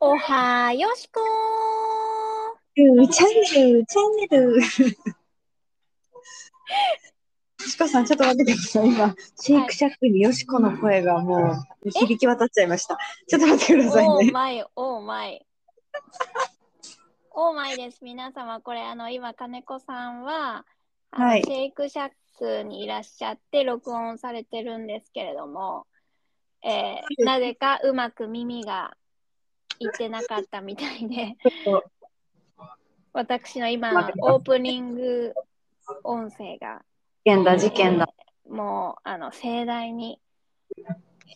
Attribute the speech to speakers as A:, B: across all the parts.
A: おはよしこ
B: ルチャンネル、チャンネル。しこさん、ちょっと待ってください。今、シェイクシャックによしこの声がもう響き渡っちゃいました。ちょっと待ってください
A: おー
B: ね。
A: まい、おーまい。おーまいです。皆様、これ、あの、今、金子さんは、あの
B: はい
A: シェイクシャックにいらっしゃって、録音されてるんですけれども、えーなぜかうまく耳がいってなかったみたいで、
B: ちょっと
A: 私の今
B: 待っ
A: の
B: てください
A: オープニング音声が、
B: 事件だ、事件だ。
A: もうあの盛大に、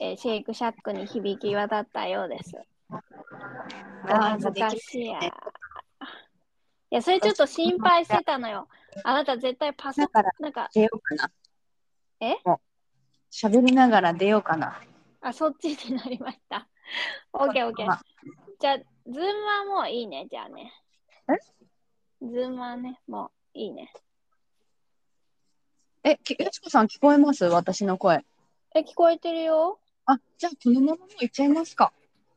A: えーシェイクシャックに響き渡ったようです。お恥ずかしいや。いや、それちょっと心配してたのよ。あなた絶対パソ
B: だから
A: なんか、
B: 出ようかな。
A: え
B: もう喋りながら出ようかな。
A: あ、そっちになりました。オッケーオッケー。じゃあ、ズームはもういいね、じゃあね。
B: え
A: ズームはね、もういいね。
B: え、きよしこさん聞こえます私の声。
A: え、聞こえてるよ
B: あ、じゃあこのままもういっちゃいますか。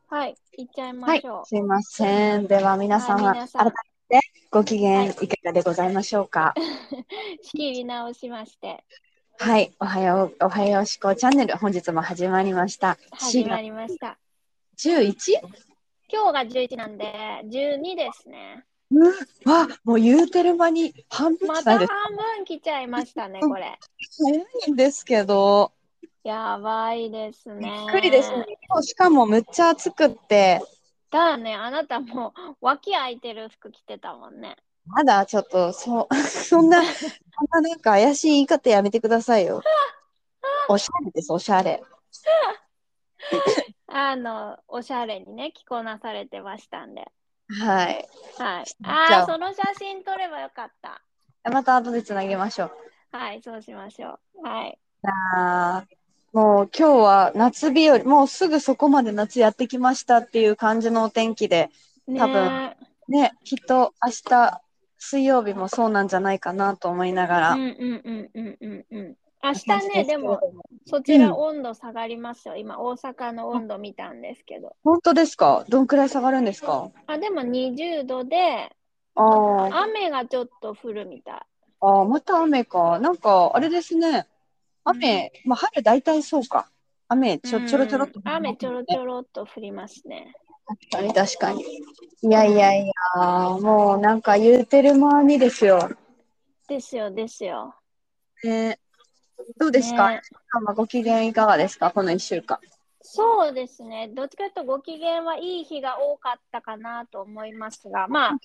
A: はい、行っちゃいま
B: はい
A: しょう。、
B: すいません。では皆様、
A: はい皆さん
B: 改めてご機
A: は
B: 嫌
A: い
B: いかがでございましょうか。
A: 仕切り直しまして、
B: はい、おはよう、おはようしこチャンネル、本日も始まりました。
A: 始
B: 4
A: ま
B: 月
A: りました。
B: 11
A: 今日が11なんで、12ですね。
B: うん、わ、もう言うてる間に半分
A: ま
B: し
A: た
B: ない
A: 半
B: です。
A: 分来ちゃいましたね、これ。
B: 早いんですけど、
A: やばいです
B: びっ
A: ね。
B: くりですね。今日しかもむっちゃ暑くって、
A: だね、あなたもう脇開いてる服着てたもんね。
B: まだちょっと、そう、 そんな、そんななんか怪しい言い方やめてください よ。おしゃれです、おしゃれ。
A: あの、おしゃれにね、着こなされてましたんで。
B: はい。
A: はい。
B: じ
A: あ
B: ゃ
A: あ、
B: あ
A: その写真撮ればよかった。
B: また後でつなげましょう。
A: はい、そうしましょう。はい。
B: あーもう今日は夏日より、もうすぐそこまで夏やってきましたっていう感じのお天気で、
A: ね
B: 多分ね、きっと明日、水曜日もそうなんじゃないかなと思いなが
A: う
B: ら
A: ん。うんうんうんうんうん。明日ね、でも、、そち
B: ちら
A: ら温度下がりますよ。今、大阪の温度見たんですけど。
B: 本当ですかどんくらい下がるんですか
A: あ、でも20度で、
B: あー
A: 雨がちょっと降るみたい。
B: あー、また雨か。なんか、あれですね。雨、まあ春大体そうか。雨ちょ、ちょろちょろっと
A: うん。雨ちょろちょろっと降りますね。
B: 確かに確かに。いやいやいや、もうなんか言うてる間にですよ。
A: ですよ、ですよ。
B: ね、どうですか、
A: ね
B: まあご機嫌いかがですかこの1週間。
A: そうですね。どっちかというとご機嫌はいい日が多かったかなと思いますが、まあ、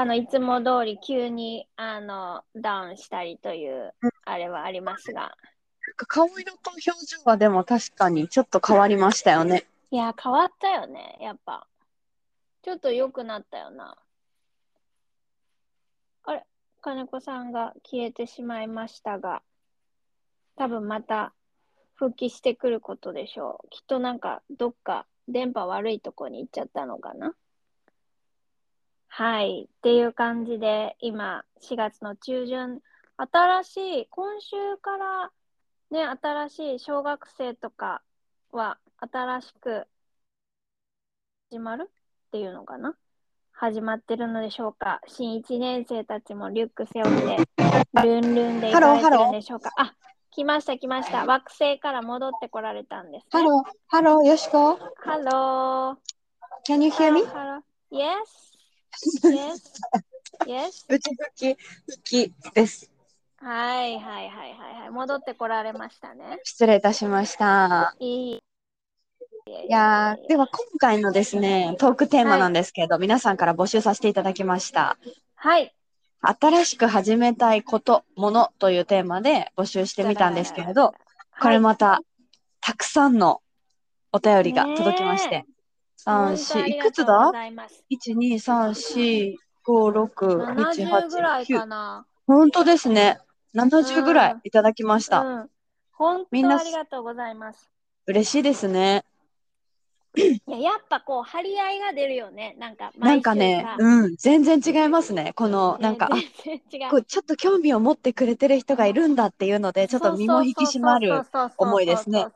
A: あのいつも通り急にあのダウンしたりというあれはありますが、
B: なんか顔色と表情はでも確かにちょっと変わりましたよね。
A: いや、変わったよね、やっぱ。ちょっと良くなったよな。あれ、金子さんが消えてしまいましたが、多分また復帰してくることでしょう。きっとなんかどっか電波悪いとこに行っちゃったのかな。はい。っていう感じで、今、4月の中旬、新しい、今週からね、新しい小学生とかは新しく始まるっていうのかな始まってるのでしょうか新1年生たちもリュック背負って、ルンルンで行かれてるんでしょうかあ、来ました来ました。惑星から戻ってこられたんです、ね。
B: ハロー、ハロー、よしこ。
A: ハロー。
B: Can you hear me? う
A: Hello. Yes. Yes. Yes.
B: ち復帰、復帰です。
A: はいはいはいはいはい。戻ってこられましたね。
B: 失礼いたしました。
A: いい。
B: いやーでは今回のですね、トークテーマなんですけど、皆さんから募集させていただきました。
A: はい。
B: 新しく始めたいこと、ものというテーマで募集してみたんですけれど、これ
A: も
B: またたくさんのお便りが届きまし
A: ね
B: て。三四いくつだ ?1、2、3、4、5、6、7、
A: ?70 ぐら
B: 8、
A: いか
B: 9。
A: な。
B: 本当ですね。70ぐらいいただきました。
A: うん。本
B: みんな
A: 当ありがとうございます。
B: 嬉しいですね。
A: いや、やっぱこう、張り合いが出るよね。なんか、
B: なんかね、
A: 毎週さ
B: うん、全然違いますね。この、なんか、あ
A: ね 全然違う。
B: こうちょっと興味を持ってくれてる人がいるんだっていうので、ちょっと身も引き締まる。
A: そうそうそうそうそうそうそう
B: 思いですね。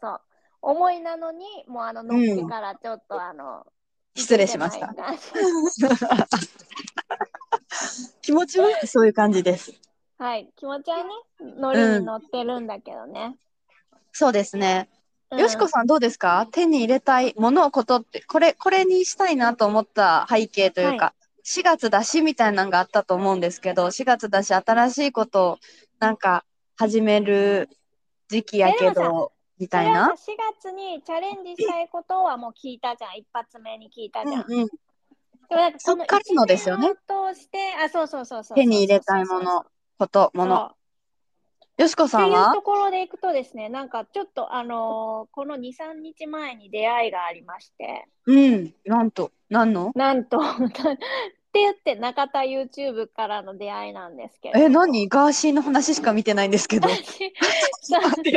A: 思いなのに、もうあの、のっけからちょっとあの、
B: 失礼しました
A: いけてないな
B: 気持ちはそういう感じです。
A: はい、気持ちはね、乗りに乗ってるんだけどね。
B: そうですね。
A: うん
B: よしこさんどうですか手に入れたいものをことって、これ、これにしたいなと思った背景というか、4月だしみたいなのがあったと思うんですけど、4月だし新しいことをなんか始める時期やけ
A: えでも
B: ど、み
A: そ
B: たい
A: れは
B: な。
A: さ4月にチャレンジしたいことはもう聞いたじゃん、一発目に聞いたじゃん。
B: うんう
A: で
B: ん、
A: もなんか
B: そっからのですよね。
A: 通して、あ、そうそうそうそうそうそうそうそう。
B: 手に入れたいもの、こと、もの。よしこ
A: そう。
B: さん
A: っていう
B: は
A: ところでいくとですね、なんかちょっとあのーこの2、3日前に出会いがありまして、
B: うん、なんと、なんの
A: なんと、 って言って中田 YouTube からの出会いなんですけど。
B: え、何ガーシーの話しか見てないんですけど。い
A: 私そうあそれは見まし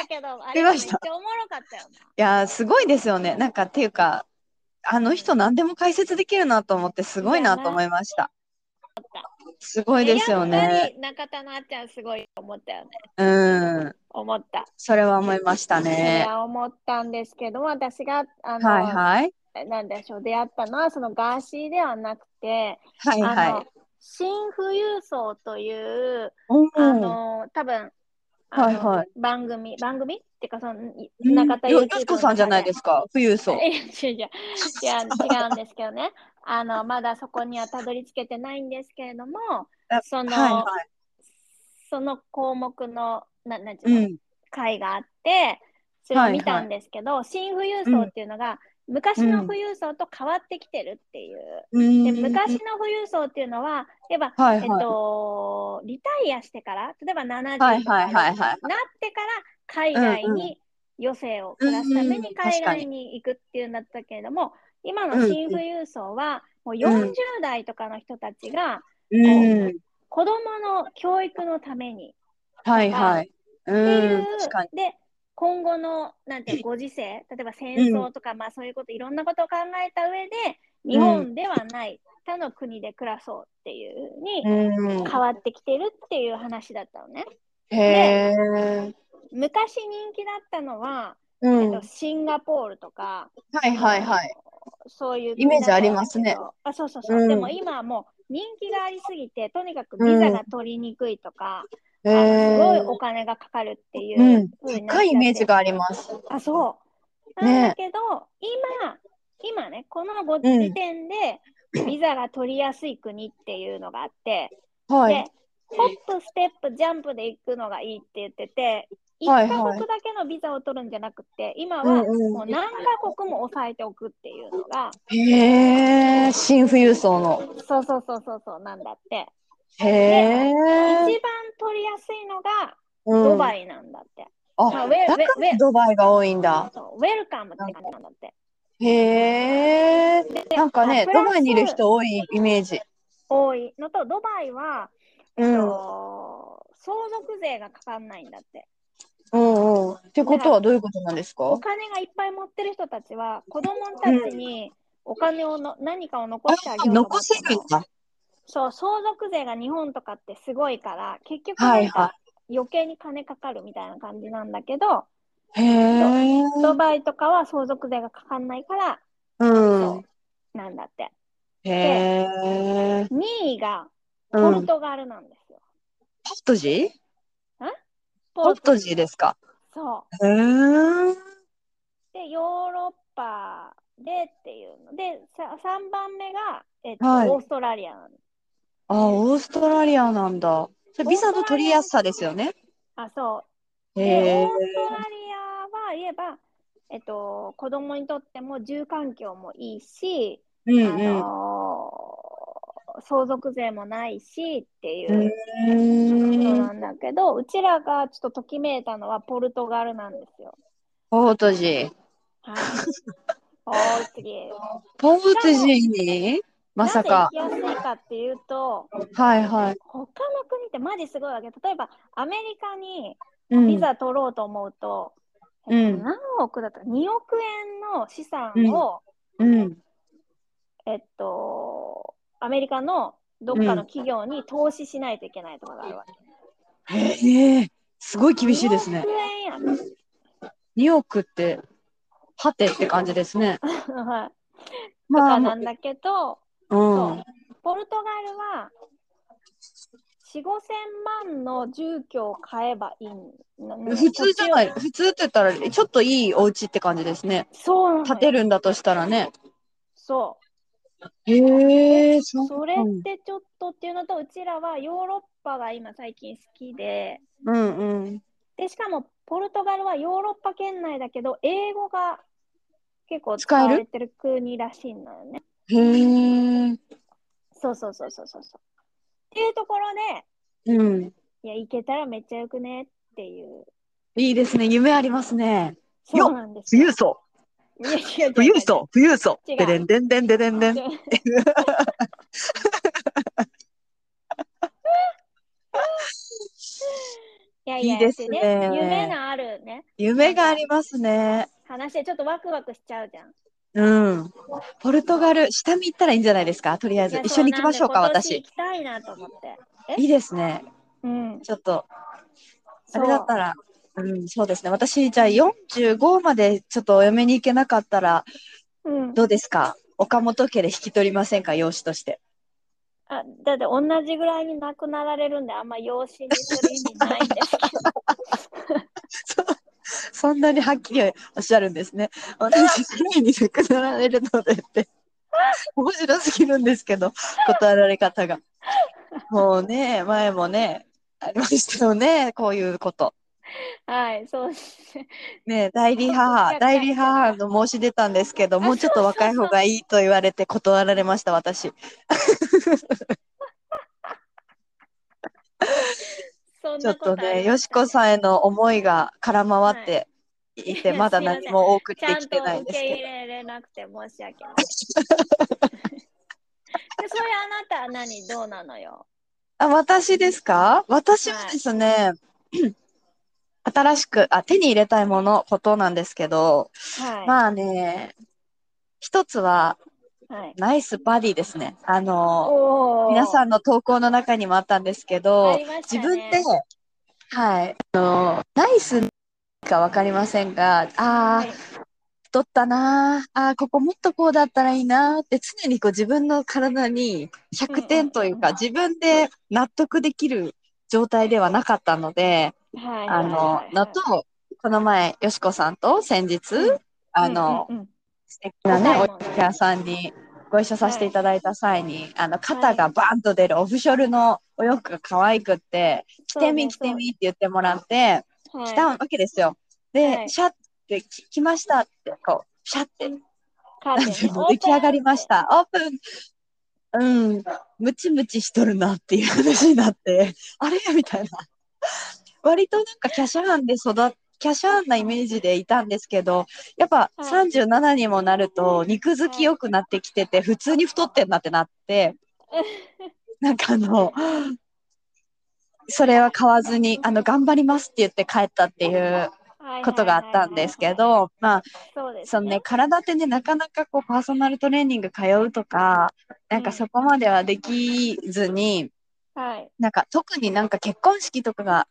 A: た けど、あれ
B: 見
A: め
B: ま
A: っ
B: し
A: ち
B: た
A: ゃおもろかったよな。
B: やー、すごいですよね。なんか、っていうか、あの人何でも解説できるなと思って、すごいなと思いました。すごいですよ
A: やっ
B: ね。
A: ぱり中田のあっちゃんすごいと思ったよね。
B: うん、
A: 思った。
B: それは思いました
A: そ
B: ね
A: れ。は思ったんですけど、私が、あの、
B: はいはい。
A: なんでしょう、出会ったのは、そのガーシーではなくて、
B: はい
A: あ
B: は
A: の、新富裕層という、
B: い。
A: あの、多分、あの
B: はいはい
A: 番組、番組っていうか、その、
B: うん、
A: 中田
B: よよしこさんじゃないですすか。富裕層。
A: いや違う違ういや違うんですけどねあのまだそこにはたどり着けてないんですけれども
B: あ
A: その、
B: はいは
A: その項目のななんて
B: い。
A: いう
B: う
A: の、
B: ん。
A: 回があってそれを見たんですけど、新富裕層っていうのが、昔の富裕層と変わってきてるっていう。
B: うん
A: で昔の富裕層っていうのは例えば、
B: はいは
A: え
B: い
A: っと、リタイアしてから例えば70とか
B: は
A: に
B: い
A: な
B: はいはいはい。
A: ってから海外
B: うんう
A: に余生を暮らすために海外に行くっていうんだったけれども、今の新富裕層はもう40代とかの人たちが
B: うん。
A: 子どもの教育のために
B: はいはい。
A: っていうう、
B: ん。確かに。
A: で今後のなん ていうのご時世例えば戦争とか、まあ、そういうこといろんなことを考えた上で日本ではない他の国で暮らそうっていうに
B: う
A: 変
B: ん。
A: わってきてるっていう話だったのね。
B: へえ。
A: 昔人気だったのは、
B: う
A: え
B: ん。
A: っ
B: は
A: と、シンガポールとか
B: いはいはい。
A: そういう
B: イメージありますね。
A: あそうそうそう、
B: うん
A: でも今はもう人気がありすぎてとにかくビザが取りにくいとか、あのすごいお金がかかるっていう
B: うん。
A: 風になっちゃっ
B: 深
A: て
B: いイメージがあります。
A: あ、そう。なんだけど、今、今ね、このご時
B: うん
A: 点で、ビザが取りやすい国っていうのがあって、
B: はい
A: で。、ホップ、ステップ、ジャンプで行くのがいいって言ってて、一
B: はいはい
A: カ国だけのビザを取るんじゃなくて、今は
B: うんうん
A: もう何カ国も抑えておくっていうのが、
B: へえ。新富裕層の。
A: そうそうそうそうそうなんだって。
B: へ
A: 一
B: え。
A: 番取りやすいのがド
B: イ。
A: バイなんだって。まあ
B: あ、
A: ウェ
B: だか
A: ウェウ
B: ら
A: ェ
B: ドバイが多いんだ。
A: そうウェルカムって感じなんだって。
B: へえ。
A: で
B: なんかね、
A: プ
B: ド
A: ラス
B: バイにいる人多いイメージ。
A: 多いのと、ドバイは、えっ
B: うん
A: と相続税がかかんないんだって。
B: うんうん。ってことはどういうことなんです
A: お
B: か
A: 金がいっぱい持ってる人たちは、子供たちにお金をの、何かを残してあげようと思
B: 残
A: って
B: せ
A: も
B: るんだ。
A: そう、相続税が日本とかってすごいから、結局
B: は
A: ないんか
B: は
A: 余計に金かかるみたいな感じなんだけど、
B: い。へえ。
A: ドバイとかは相続税がかかんないから、
B: う
A: そ
B: ん。
A: う、なんだって。
B: へえ。
A: 2位がポ
B: う
A: ル
B: ん。
A: トガルなんですよ。
B: ポットジー
A: ポ
B: ポット
A: ル
B: ジーですか
A: そう。
B: へえ。
A: で、ヨーロッパでっていうので、さ3番目が、えっと
B: はい
A: オーストラリアなの。
B: あ、オーストラリアなんだ。それビザの取りやすさですよね。
A: あ、そう。
B: へ
A: で、オ
B: え
A: ー。ストラリアは言えば、えっと、子供にとっても住環境もいいし、
B: うん
A: あ
B: うん。
A: のー相続税もないしっていううこと
B: ーん。
A: なんだけど、うちらがちょっとときめいたのはポルトガルなんですよ。
B: ポートジー。
A: はい。おー次。
B: ポートジーに まさか。
A: なぜ行きやすいかっていうと、
B: はいはい。
A: 他の国ってマジすごいわけ。例えば、アメリカに
B: うん。
A: ビザ取ろうと思うと、
B: うん
A: えっと何億だった ?2 億円の資産を、
B: うん。
A: えっと、アメリカのどっかの企業に投資しないといけないとかがあるわけ。
B: へえ。すごい厳しいです
A: 2。
B: ね
A: 億円 やん。
B: 2億って、はてって感じですね。
A: はいと
B: まあ
A: かなんだけど、
B: うん。
A: そうポルトガルは4、5千万の住居を買えばいいのね
B: 普通じゃない、
A: 土地
B: 普通って言ったら、ちょっといいお家って感じですね。
A: をそうなのよ
B: 建てるんだとしたらね。
A: そう。
B: へえ、そ
A: それ
B: う
A: ってちょっとっていうのと、うちらはヨーロッパが今最近好きで、
B: うんうん。
A: で、しかもポルトガルはヨーロッパ圏内だけど、英語が結構使
B: 使える
A: われてる国らしいのよね。
B: へえ、
A: そうそうそうそうそうそう。っていうところ
B: うん。
A: で、いや、行けたらめっちゃよくねっていう。
B: いいですね、夢ありますね。よっ
A: そうなんです
B: 富
A: よ。
B: 裕層、
A: いや違う違う
B: 富裕層、富裕層。
A: 違う
B: ででんでんでん でんでんでん。
A: いやいや、
B: いいですね
A: って夢のあるね、
B: 夢がありますね。
A: 話でちょっとワクワクしちゃうじゃん。
B: うん。ポルトガル、下見行ったらいいんじゃないですか、とりあえず。
A: いや
B: 一緒に行きましょうか、
A: そうなんで
B: 私。
A: 今年行きたいなと思って。え
B: いいですね。
A: うん。
B: ちょっと、あ
A: そう
B: れだったら、うん、そうですね。私、じゃあ45までちょっとお嫁に行けなかったら、
A: うん。
B: どうですか岡本家で引き取りませんか養子として。
A: あだって同じぐらいに亡くなられるんであんま養子にする意味ない んですけど
B: そんなにはっきりおっしゃるんですね。私、すぐに亡くなられるのでって。面白すぎるんですけど、断られ方が。もうね、前もね、ありましたよね、こういうこと。
A: はいそう ですね
B: ね、代理母、代理母の申し出たんですけど、もうちょっと若い方がいいと言われて断られました、私。
A: そん
B: ちょ
A: な
B: っ
A: こと
B: と
A: ありま
B: ね、
A: した
B: よしこさんへの思いが空回っていて、
A: はい
B: まだ
A: いやすいま
B: 何
A: せん
B: もお送
A: ち
B: り
A: ゃ
B: で
A: ん
B: きてな
A: と
B: いん
A: 受
B: です
A: け
B: けど
A: 入。れれなくて申し 訳ないでそういうあなたは何どうなのよ
B: あ、私ですか私はですね、新しく、あ、手に入れたいもの、ことなんですけど、
A: はい、
B: まあね、一つは、
A: はい、
B: ナイスバディですね。あの、
A: お
B: 皆さ
A: ん
B: んの投稿の中にもあったんですけ
A: あ
B: ど、
A: りました、
B: 自
A: ね、
B: 分で、はい、あの、ナイスかわかりませんが、あ
A: は
B: ー、
A: い
B: 太ったなあ、あーここもっとこうだったらいいなって常にこう自分の体に100点というか、
A: うんうん
B: 自分で納得できる状態ではなかったので、
A: はい
B: あの
A: はい、
B: のと、この前、よしこさんと先日、
A: うん
B: あの、
A: うんうんうん
B: 素敵なね、
A: お買
B: お
A: い物
B: 客さんにご一緒させていただいた際に、あの、肩がバーンと出るオフショルのお洋服が可愛くって、着てみ着
A: そう
B: て
A: ね
B: みって言ってもらって、
A: そう
B: 来
A: ね
B: た
A: はい
B: わけですよ。で、
A: はい
B: シャッてき来ましたって、こう、シャッて、
A: カーテン
B: 出来上がりまし
A: オー
B: た。オープンうん、ムチムチしとるなっていう話になって、あれみたいな。割となんかキャシャーンで育っキャシャーンなイメージでいたんですけど、やっぱ
A: はい
B: 37にもなると肉付き良くなってきてて、普通に太ってんなってなって、なんかあの、それは買わずに、あの、頑張りますって言って帰ったっていう
A: プンはい
B: ことがあったんですけど、まあ、
A: そうです
B: そのね、体ってね、なかなかこう、パーソナルトレーニング通うとか、なんかそこまではできずに、
A: はい
B: なんか特になんか結婚式とかが、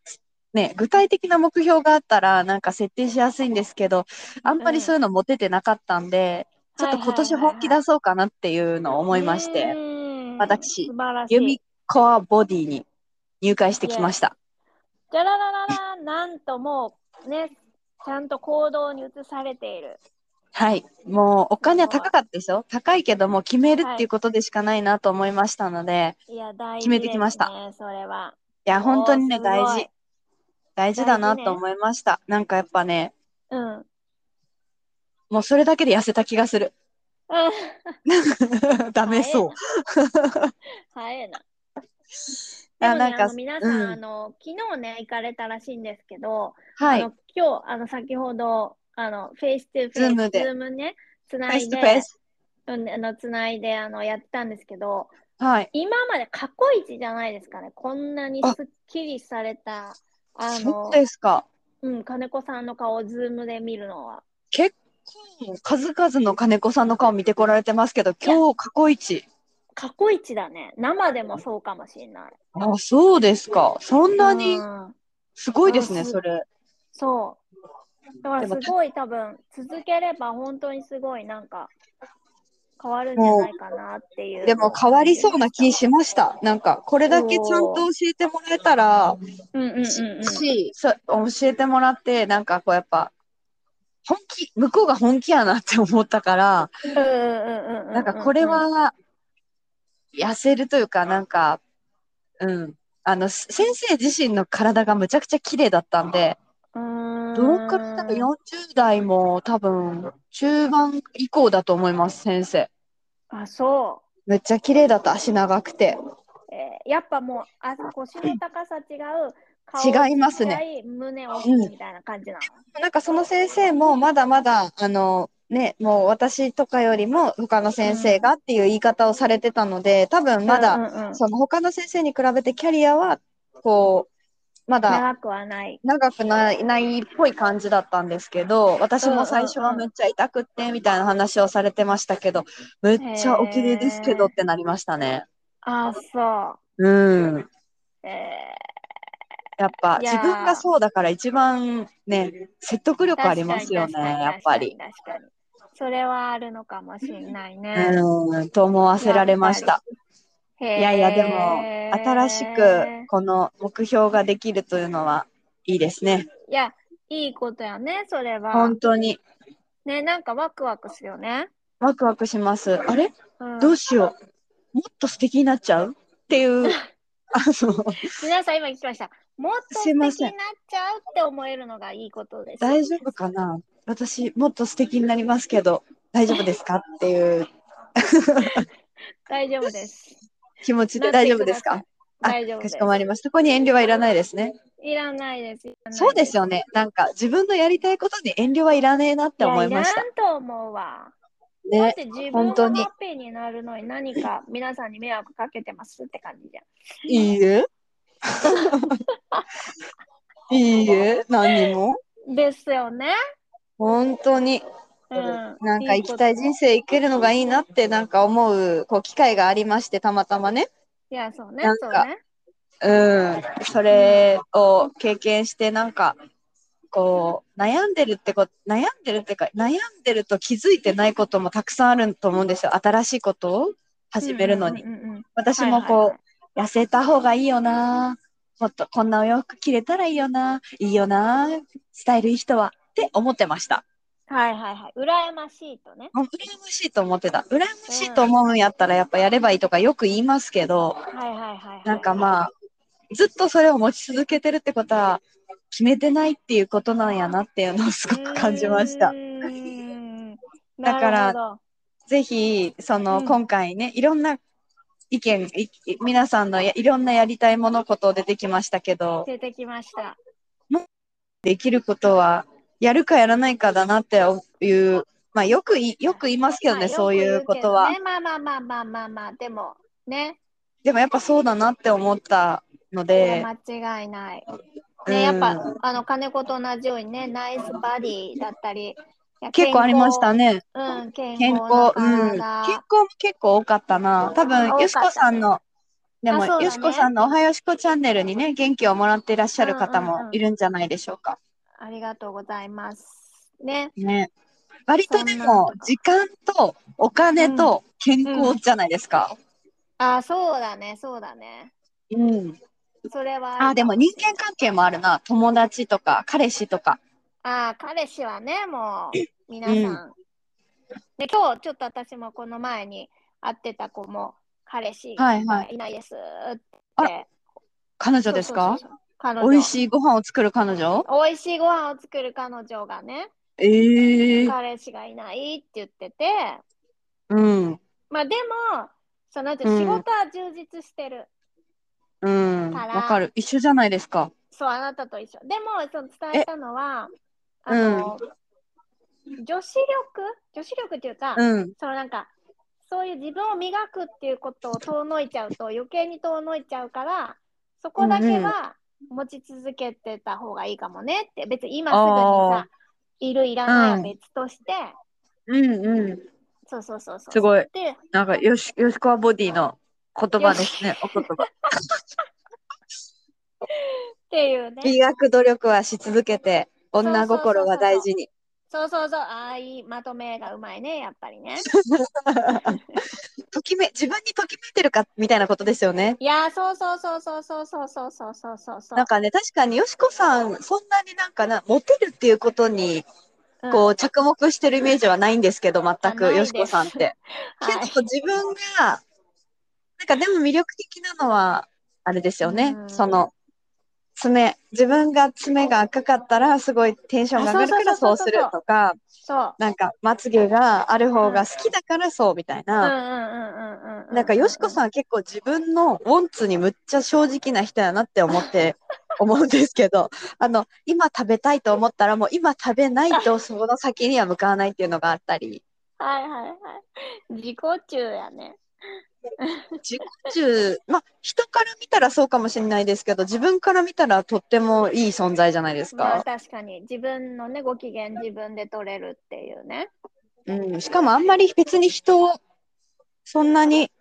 B: ね、具体的な目標があったら、なんか設定しやすいんですけど、あんまりそういうの持ててなかったんで、ちょっと今年本気出そうかなっていうのを思いまして、
A: うーん
B: 私
A: 素晴らし
B: ユ
A: い
B: ミコアボディに入会してきました。
A: じゃららららなんともうねちゃんと行動に移されている
B: はい。もうお金は高かったですよ。高いけどもう決めるっていうことでしかないなと思いましたので、い、
A: いや大事、ね、
B: 決めてきました
A: それは
B: や、本当にね、
A: おーす
B: 大
A: ごい
B: 事。大事だ
A: 大
B: な
A: 事ね
B: と思いました。なんかやっぱね、
A: うん うん
B: もうそれだけで痩せた気が する。ダメそう。
A: 早いなで
B: あ
A: もね
B: なんか
A: あの皆さん、
B: うん
A: あの昨日ね行かれたらしいんですけど、
B: はい
A: あ。の今日あの先ほどあのフェイス2フェイス
B: Zoom で
A: ズームねつ
B: フ
A: な
B: ェイ
A: い
B: スと
A: で
B: フェイス。
A: うんあのつないであのやってたんですけど
B: はい。
A: 今まで過去一じゃないですかねこんなにすっきりされたあ
B: そ
A: の
B: うですか。
A: うん、金子さんの顔をズームで見るのは。
B: 結構、数々の金子さんの顔見てこられてますけど、今日過去一。
A: 過去一だね。生でもそうかもしれない。
B: あ、そうですか。そんなに、
A: うん
B: すごいですね、
A: うん
B: それ。
A: そう。だから
B: ですも
A: ごい多分、続ければ本当にすごいなんか、変わるんじゃないかなっていう。
B: でも変わりそうな気しました。なんか、これだけちゃんと教えてもらえたら、
A: うんうんうんうん。
B: し、そう教えてもらって、なんかこうやっぱ、本気、向こうが本気やなって思ったから、
A: な
B: なんかこれ、は、痩せるというか、なんか、うん。あの、す先生自身の体がむちゃくちゃ綺麗だったんで、どのくらいだろう40代も多分、中盤以降だと思います、先生。
A: あ、そ
B: めっちゃ綺麗だった、足長くて。
A: う。えーやっぱもう、あ腰の高さ違う。顔
B: 違いますね。
A: ちっちゃい胸大きいみたいな感じなの。
B: なんかその先生もまだまだ、あの、ね、もう私とかよりも他の先生がっていう言い方をされてたので、多分ま
A: うん
B: だ、
A: うんうん
B: その他の先生に比べてキャリアは、こう、まだ
A: 長くはない。
B: 長くないないっぽい感じだったんですけど、私も最初はめっちゃ痛くってみたいな話をされてましたけど、めっちゃお綺麗ですけどってなりましたね。
A: あ、そ
B: うん。
A: う。え
B: やっぱ
A: いや
B: 自
A: ー
B: 分がそうだから一番ね、説得
A: ー、
B: 力ありますよね、
A: 確かに
B: やっぱり。。
A: 確かに確かに。それはあるのかもしれないね。
B: うん、と思わせられました。
A: い
B: いやいや、でも、新しくこの目標ができるというのはいいですね。
A: いや、いいことやね、それは。
B: 本当に。
A: ね、なんかワクワクするよね。
B: ワクワクします。あれ
A: うん
B: どうしよう。もっと素敵になっちゃうって いう、あの、
A: 皆さん今聞きました。もっと素
B: すい
A: 敵にな
B: ま
A: っ
B: せん
A: ちゃうって思えるのがいいことです。
B: 大丈夫かな私、もっと素敵になりますけど、大丈夫ですかっていう
A: 大丈夫です。
B: 気持ちで大丈夫ですかあ
A: 大丈夫
B: か
A: で
B: し
A: す
B: こ。まりました。そこに遠慮はいらないですね。
A: いらないです。いらない
B: そうですよね。なんか、自分のやりたいことに遠慮はいらねえなって思いまし
A: や
B: た。
A: いらんと思うわ。だっ
B: ね。
A: て自分
B: 本当
A: が
B: に
A: ハッピーになるのに何 か皆さんに迷惑かけてますって感じじゃん。
B: いい え。いいえ。何にも。
A: ですよね。
B: 本当に。
A: うん。
B: なんか行きたい人生生けるのがいいなってなんか思うこう機会がありましてたまたまね、
A: いや、そうね
B: な。ん
A: そう
B: か
A: ね。
B: うん、それを経験してなんかこう悩んでるってこ悩んでるってか悩んでると気づいてないこともたくさんあると思うんですよ新しいことを始めるのに、
A: うんうんうんうん。
B: 私もこう、
A: はいはいはい
B: 痩せた方がいいよなもっとこんなお洋服着れたらいいよないいよなスタイルいい人はって思ってました
A: はいはいはい。羨ましいとね。
B: あ羨ましいと思ってた。羨ましいと思うんやったらやっぱやればいいとかよく言いますけど、
A: はいはいはいはい。
B: なんかまあ、ずっとそれを持ち続けてるってことは、決めてないっていうことなんやなっていうのをすごく感じまし
A: う
B: た。
A: ーん。
B: だから
A: なるほど
B: ぜひ、その、
A: うん
B: 今回ね、いろんな意見、いい皆さんのやいろんなやりたいものこと出てきましたけど、
A: 出てきました。
B: できることは、やるかやらないかだなっていう、まあよくい、よく言いますけどね、
A: まあ
B: そういうこと
A: よ
B: は。
A: く言うけどねまあまあまあまあまあまあ、でもね、
B: でもやっぱそうだなって思ったの
A: い
B: で、
A: や間違いない。
B: うん
A: ね、やっぱ、あの、金子と同じようにね、ナイスバディだったり、いや
B: 結構ありまし。たね。
A: うん、健
B: 健
A: 康
B: 康
A: な、
B: うん。
A: 体
B: 健康も結構多かったな。
A: 多かっ
B: 多分、
A: た
B: よしこさんの、で
A: あ
B: も、
A: そうだね
B: よしこさんのおはよしこチャンネルにね、元気をもらっていらっしゃる方
A: うんうん
B: も
A: うん
B: いるんじゃないでしょうか。
A: ありがとうございます。ね、
B: ね。割とで
A: そんなの
B: も
A: と、か
B: 時間とお金と健康じゃないですか。
A: あ、そうだね、そうだね。
B: うん。
A: それは
B: あ、でも人間関係もあるな。友達とか、彼氏とか。
A: あー彼氏はね、もう、皆さん。で、今日、ちょっと私もこの前に会ってた子も、彼氏
B: はいは
A: が
B: い。
A: いないですって。
B: あ彼女ですか
A: そうそうそう彼女。
B: 美味しいご飯を作る彼女
A: 美味しいご飯を作る彼女がね、
B: ええ
A: 彼氏がいないって言ってて、
B: うん。
A: まあでも、その人
B: うん
A: 仕事は充実してる。
B: うん。
A: から
B: わかる。一緒じゃないですか。
A: そう、あなたと一緒。でも、その伝えたのは、あ
B: え
A: の、女子力女子力っていうか、
B: うん。
A: そのなんか、そういう自分を磨くっていうことを遠のいちゃうと余計に遠のいちゃうから、そこだけは持ち続けてた方がいいかもねって、別に今すぐに
B: あ
A: さ、いるいらないは
B: うん
A: 別として、
B: うんうん。
A: そうそうそうそう。
B: すごい。
A: で、
B: なんか、よし、よしこはボディの言葉ですね。お言 葉。
A: っていうね。
B: 磨く努力はし続けて、女心は大事に。
A: そうそうそう、ああいいまとめがうまいね、やっぱりね。
B: ときめ、自分にときめいてるかみたいなことですよね。
A: いやー、そうそうそうそうそうそうそうそうそうそうそう。
B: なんかね、確かによしこさん、そんなになんかな、モテるっていうことに、こう、着目してるイメージはないんですけど、全
A: あない
B: く、
A: です
B: よしこさんって。
A: うん、はい
B: けど、自分が、なんかでも魅力的なのは、あれですよね
A: う。ん
B: その、爪、自分が爪が赤かったら、すごいテンションが上がるから
A: あそ
B: そうう
A: そう
B: す
A: そうそう
B: るとか、
A: そう。
B: なんか、まつげがある方が好きだからそうみたい
A: うんう
B: な。
A: んうんうんうん。
B: なんか、よしこ
A: ん。
B: さんは結構自分のウォンツにむっちゃ正直な人やなって思 って、思うんですけど、あの、今食べたいと思ったら、もう今食べないと、その先には向かわないっていうのがあったり、
A: はいはいはい。自己中やね。
B: 自己中、まあ、人から見たらそうかもしれないですけど、自分から見たらとってもいい存在じゃないです
A: まあ
B: か。
A: 確かに自分のねご機嫌自分で取れるっていうね。
B: うん、しかもあんまり別に人を、そんなに、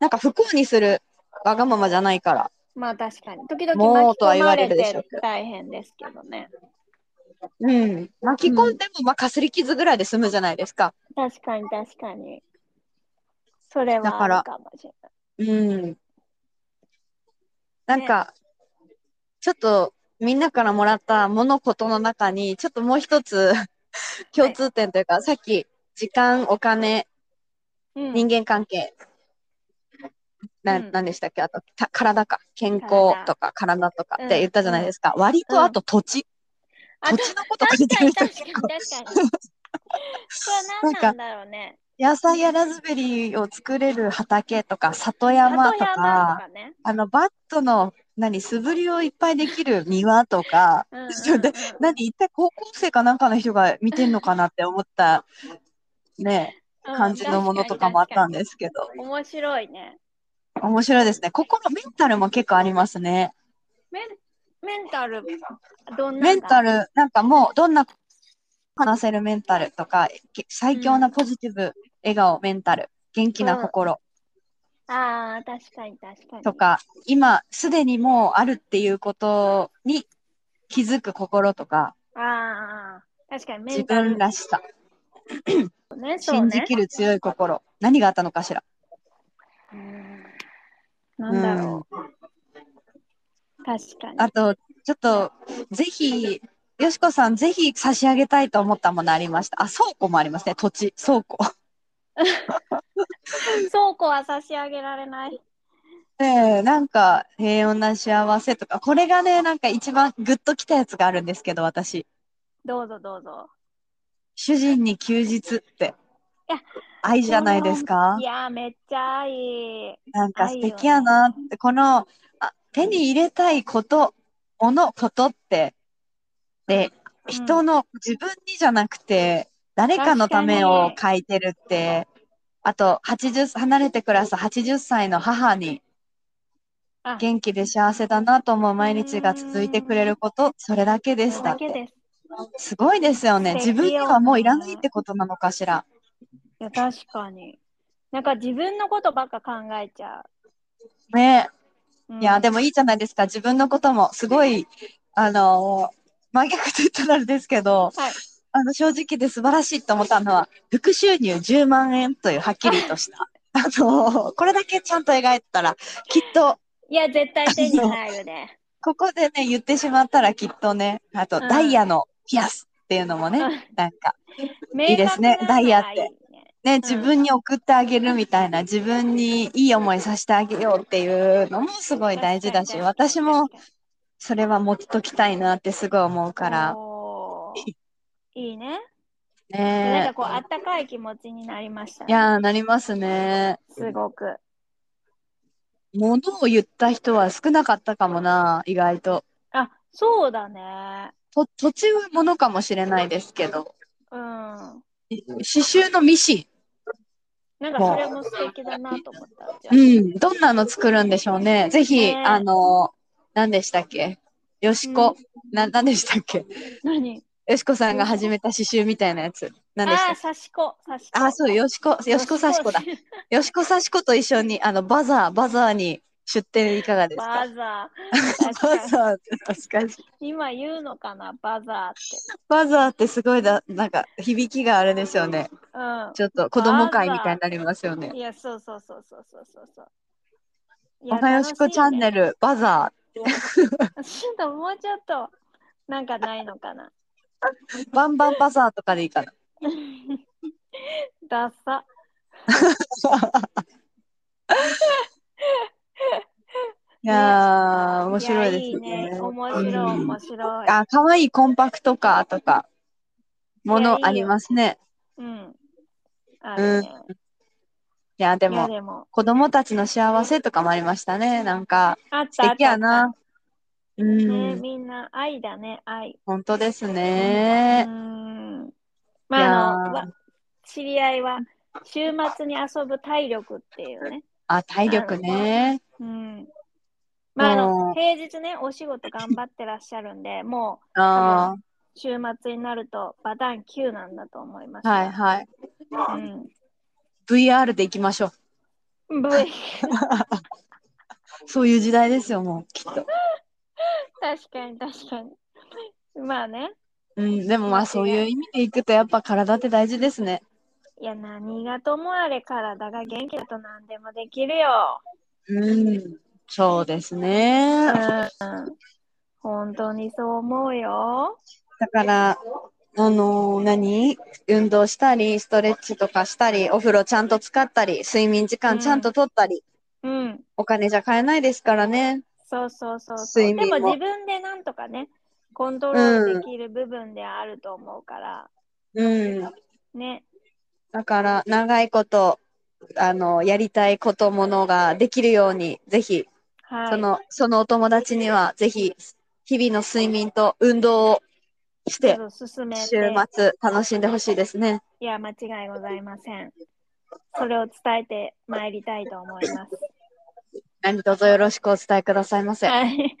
B: なんか不幸にするわがままじゃないから。
A: まあ確かに時々
B: も
A: 巻
B: う
A: き
B: とは
A: 込
B: 言
A: ま
B: わ
A: れ
B: れるでしょう
A: て
B: けど
A: 大変ですけどね。
B: うん、巻き込んでも、まあ、かすり傷ぐらいで済むじゃないですか。
A: 確かに確かに。それはあるかもしれない。
B: うん。なんか、ちょっとみんなからもらった物事の中に、ちょっともう一つ共通点というか、さっき、時間、お金、
A: うん
B: 人間関係、な、
A: うん
B: なんでしたっけあと、た体か、健
A: 体
B: 康とか体とか
A: うん
B: って言ったじゃないですか。割
A: うん
B: とあと土地、
A: あ
B: 土
A: と
B: 地のこと書
A: 確
B: いて
A: か
B: る
A: に確
B: 人結
A: かに
B: 構
A: 確か に。これ何なんだろうね。
B: 野菜やラズベリーを作れる畑とか、里
A: 里山
B: 山
A: と
B: とか、
A: かね。
B: あの、バットの、何、素振りをいっぱいできる庭とか、
A: うんうんうん
B: そうで何一体高校生かなんかの人が見てんのかなって思ったね
A: うん
B: 感じのものとかもあったんですけど
A: 確かに確かに面白いね。
B: 面白いですね心メンタルも結構ありますね
A: メンメンタルどんな
B: メンタ
A: ル
B: ルなんかもうどんな話せるメンタルとかけ最強なポジティブ笑顔メンタル元気な心
A: ああ確かに確かに。
B: とか今すでにもうあるっていうことに気づく心とか
A: ああ確かにメ
B: 自
A: ンタル
B: 分らしさ
A: ねそう
B: 信
A: ね。
B: じきる強い心何があったのかしら
A: うんなんだろう。
B: うん
A: 確かに。
B: あと、ちょっと、ぜひ、よしこさん、ぜひ差し上げたいと思ったものありました。あ、倉庫もありますね。土地、倉 庫。
A: 倉庫は差し上げられない。
B: ええなんか、平穏な幸せとか、これがね、なんか一番グッときたやつがあるんですけど、私。
A: どうぞどうぞ。
B: 主人に休日って
A: いや。
B: 愛じゃないですか
A: いやー、めっちゃいい。
B: なんか素敵やなって、このあ、手に入れたいこと、もの、ことって、で、
A: うん
B: 人の自分にじゃなくて、誰かのためを書いてるって、あと、80、離れて暮らす80歳の母に
A: あ、
B: 元気で幸せだなと思う毎日が続いてくれること、それだけです。だ
A: だ
B: っ
A: け
B: て。
A: です。
B: すごいですよね。
A: 素
B: 自
A: 敵
B: 分に
A: よ
B: はもういらないってことなのかしら。
A: いや、確かに。なんか自分のことばっか考えちゃ
B: ね
A: う。うん
B: いや、でもいいじゃないですか。自分のことも、すごい、あの真逆と言ったらあれですけど、
A: はい
B: あの、正直で素晴らしいと思ったのは、副収入10万円というはっきりと した。あのこれだけちゃんと描いたら、きっと、
A: いや、絶対手に入るね。
B: ここでね、言ってしまったらきっとね、あと、
A: うん
B: ダイヤのピアスっていうのもね、
A: うん
B: なんか、
A: 明
B: いですね
A: 確なのが
B: ダイヤっ
A: い
B: て
A: いね。
B: ね、自分に送ってあげるみたいな、自分にいい思いさせてあげようっていうのもすごい大事だし、
A: 確かに
B: 私も、それは持っときたいなってすごい思うか。ら。
A: 確におーいいね。なん
B: ね
A: かこう、あったかい気持ちになりました
B: い
A: ね。
B: やー、なりますね。
A: すごく。
B: ものを言った人は少なかったかもな、意外と。
A: あ、そうだね。
B: と土地はものかもしれないですけど、
A: うん。な
B: 刺繍のミシ
A: んかそれも素敵だなと思った。じゃ
B: ン。うん、どんなの作るんでしょうね。ぜひ、
A: ね
B: あのー、何でしたっけよしこ、な、何でしたっけ
A: あ何
B: よしこさんが始めた刺繍みたいなやつ。何でし
A: あ
B: た
A: あ、
B: っけ
A: 刺し子。刺し子。
B: あー、そう、よしこ、よしこさしこだ。よしこさしこと一緒に、あの、バザー、バザーに出店いかがです
A: バ
B: か
A: ザ ー。確
B: バ
A: か
B: ザーって懐かしい。
A: に今言うのかな、バザーって。
B: バザーってすごいだ、なんか響きがあれですよね。
A: う
B: ちょっと子供会みたいになりますよね
A: ん。。いや、そうそうそうそうそうそうそう。い
B: おはよしこチャンネ
A: ル。
B: ル、バザ
A: ちょっともうちょっと、なんかないのかな。
B: ー、バンバンバザーとかでいいかな。
A: ダサ。
B: いやー、面白いで
A: や
B: すよね。
A: いね。面白い、
B: うん
A: 面白い。
B: あ、かわいいコンパクトカーとか、も
A: いやいい
B: の
A: よ
B: ありますね。
A: うん。あるね。
B: いや、で
A: いや、
B: も、
A: でも、
B: 子供たちの幸せとかもありましたね。なんか、
A: あった
B: 素
A: あっ
B: 敵
A: たあ
B: や
A: っ
B: な。う
A: た。ね、
B: ん、
A: みんな愛だね、愛。
B: 本当です
A: う
B: ね。
A: ん。まあ、あの、
B: いやー
A: わ知り合いは、週末に遊ぶ体力っていうね。
B: あ、体力ね。
A: うん。まあ、あ
B: う
A: の、
B: ん
A: 平日ね、お仕事頑張ってらっしゃるんで、も
B: あ
A: う、週末になると、バタン9なんだと思います
B: あ、
A: よ。
B: はいはい。
A: うん。
B: VR で行きましょう。
A: V、
B: そういう時代ですよ、もう、きっと。
A: 確かに確かに。まあね。
B: うん、でもまあ、そういう意味でいくと、やっぱ体って大事ですね。
A: いや、何がともあれ体が元気だと何でもできるよ。
B: うん、そうです
A: う
B: ね。
A: ん。本当にそう思うよ。
B: だから、あのー何運動したり、ストレッチとかしたり、お風呂ちゃんと使ったり、睡眠時間ちゃんと取ったり、
A: うん。
B: お金じゃ買えないですからね。
A: そうそうそうそう。で
B: 睡眠
A: も
B: も
A: 自分でなんとかね、コントロールできる部分であると思うから、
B: うん。
A: ね。
B: だから、長いこと、あの、やりたいことものができるように、ぜひ、
A: はい。
B: その、そのお友達には、ぜひ、日々の睡眠と運動をして、
A: そうそう進めて
B: 週末楽しんでほしいですね。
A: いや、間違いございません。それを伝えてまいりたいと思います。
B: 何卒よろしくお伝えくださいませ。
A: はい。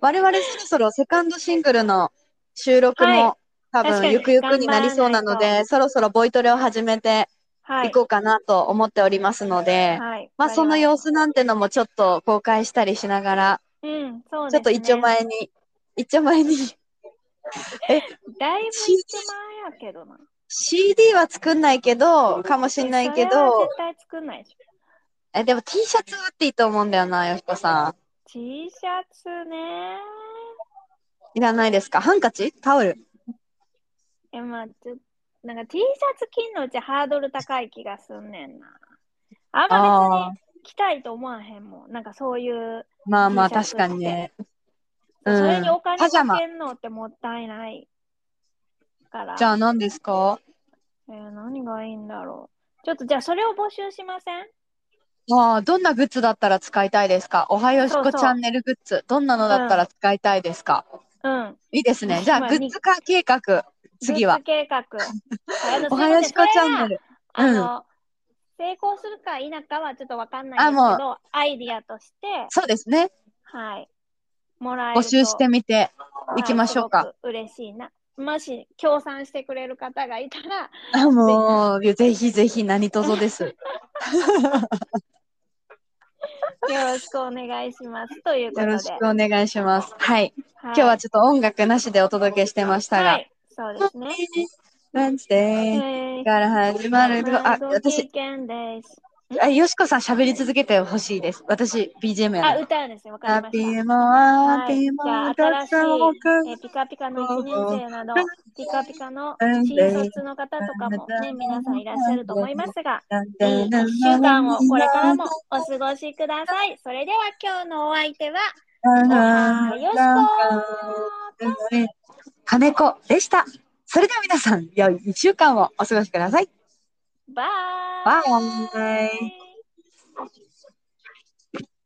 B: 我々そろそろセカンドシングルの収録も、
A: は
B: 多
A: 確か
B: 分
A: に
B: ゆくゆくになりそうなの
A: 頑張ら
B: で、そろそろボイトレを始めて
A: はいい。
B: こうかなと思っておりますので、
A: はい、
B: まあその様子なんてのもちょっと公開したりしながら、
A: うん、そう
B: ち
A: です、ね、
B: ょっと一丁前に、一丁前に
A: だいぶ一万円やけどな。
B: CD は作んないけど、かもしんないけ
A: それは
B: ど
A: 絶、対作んないでしょ。
B: えでも T シャツはっていいと思うんだよな、よしこさ
A: T シャツね。
B: ん。いらないですかハンカチタオル
A: え、まあ、ちょなんか T シャツ着んのうちハードル高い気がすんねんな。あんま
B: あ
A: 別に着たいと思わへんもん。なんかそういう、
B: まあまあ
A: T シャツ
B: 確かにね。う
A: それ
B: ん
A: にお。金
B: パジャ
A: か
B: マ。
A: けんのってもったいないから。
B: じゃあ何ですか
A: えー何がいいんだろう。ちょっとじゃあそれを募集しません
B: まあ、どんなグッズだったら使いたいですかおはよし
A: そう
B: こ
A: そう
B: チャンネルグッズ、どんなのだったら使いたいですか
A: うん。
B: いいですね。じゃあ、
A: まあ
B: グッズ化計画、次
A: グ
B: は
A: ッズ。計 画。あの
B: おはよしこチャンネル。
A: あ
B: うん
A: の、成功するか否かはちょっとわかんないんですけど、アイディアとして、
B: そうですね。
A: はい、もらえる
B: 募
A: と
B: 集してみて
A: はい
B: いきましょうか。
A: すごく嬉しいな。もし、協賛してくれる方がいた ら、
B: あもう、ぜひぜひ何 卒です。
A: よろしくお願いします。ということ
B: よ
A: で。
B: ろしくお願いします。はい。
A: 今
B: 今日はちょっと音楽なしでお届けしてました
A: は
B: が。
A: い、そうですね。
B: Wednesday
A: えー
B: から始まる。あ、
A: ご
B: 私
A: 機、嫌です。
B: あよしこさん喋り続けてほしいです。私、BGM や
A: あ、
B: る。
A: 歌うんですね。わ
B: ハ
A: か
B: ッピ
A: りました。
B: ーモア
A: は
B: ピ
A: い
B: ーモ
A: じゃあ
B: ア
A: 新しい
B: ダッサー
A: えーピカピカの1年生など、ピカピカの
B: うん
A: 新卒の方とかもね、皆さんいらっしゃると思いますが、いい1週間をこれからもお過ごしください。それでは今日のお相手は、おはよしこ
B: 金子でした。それでは皆さん、良い1週間をお過ごしください。
A: バイ
B: バイ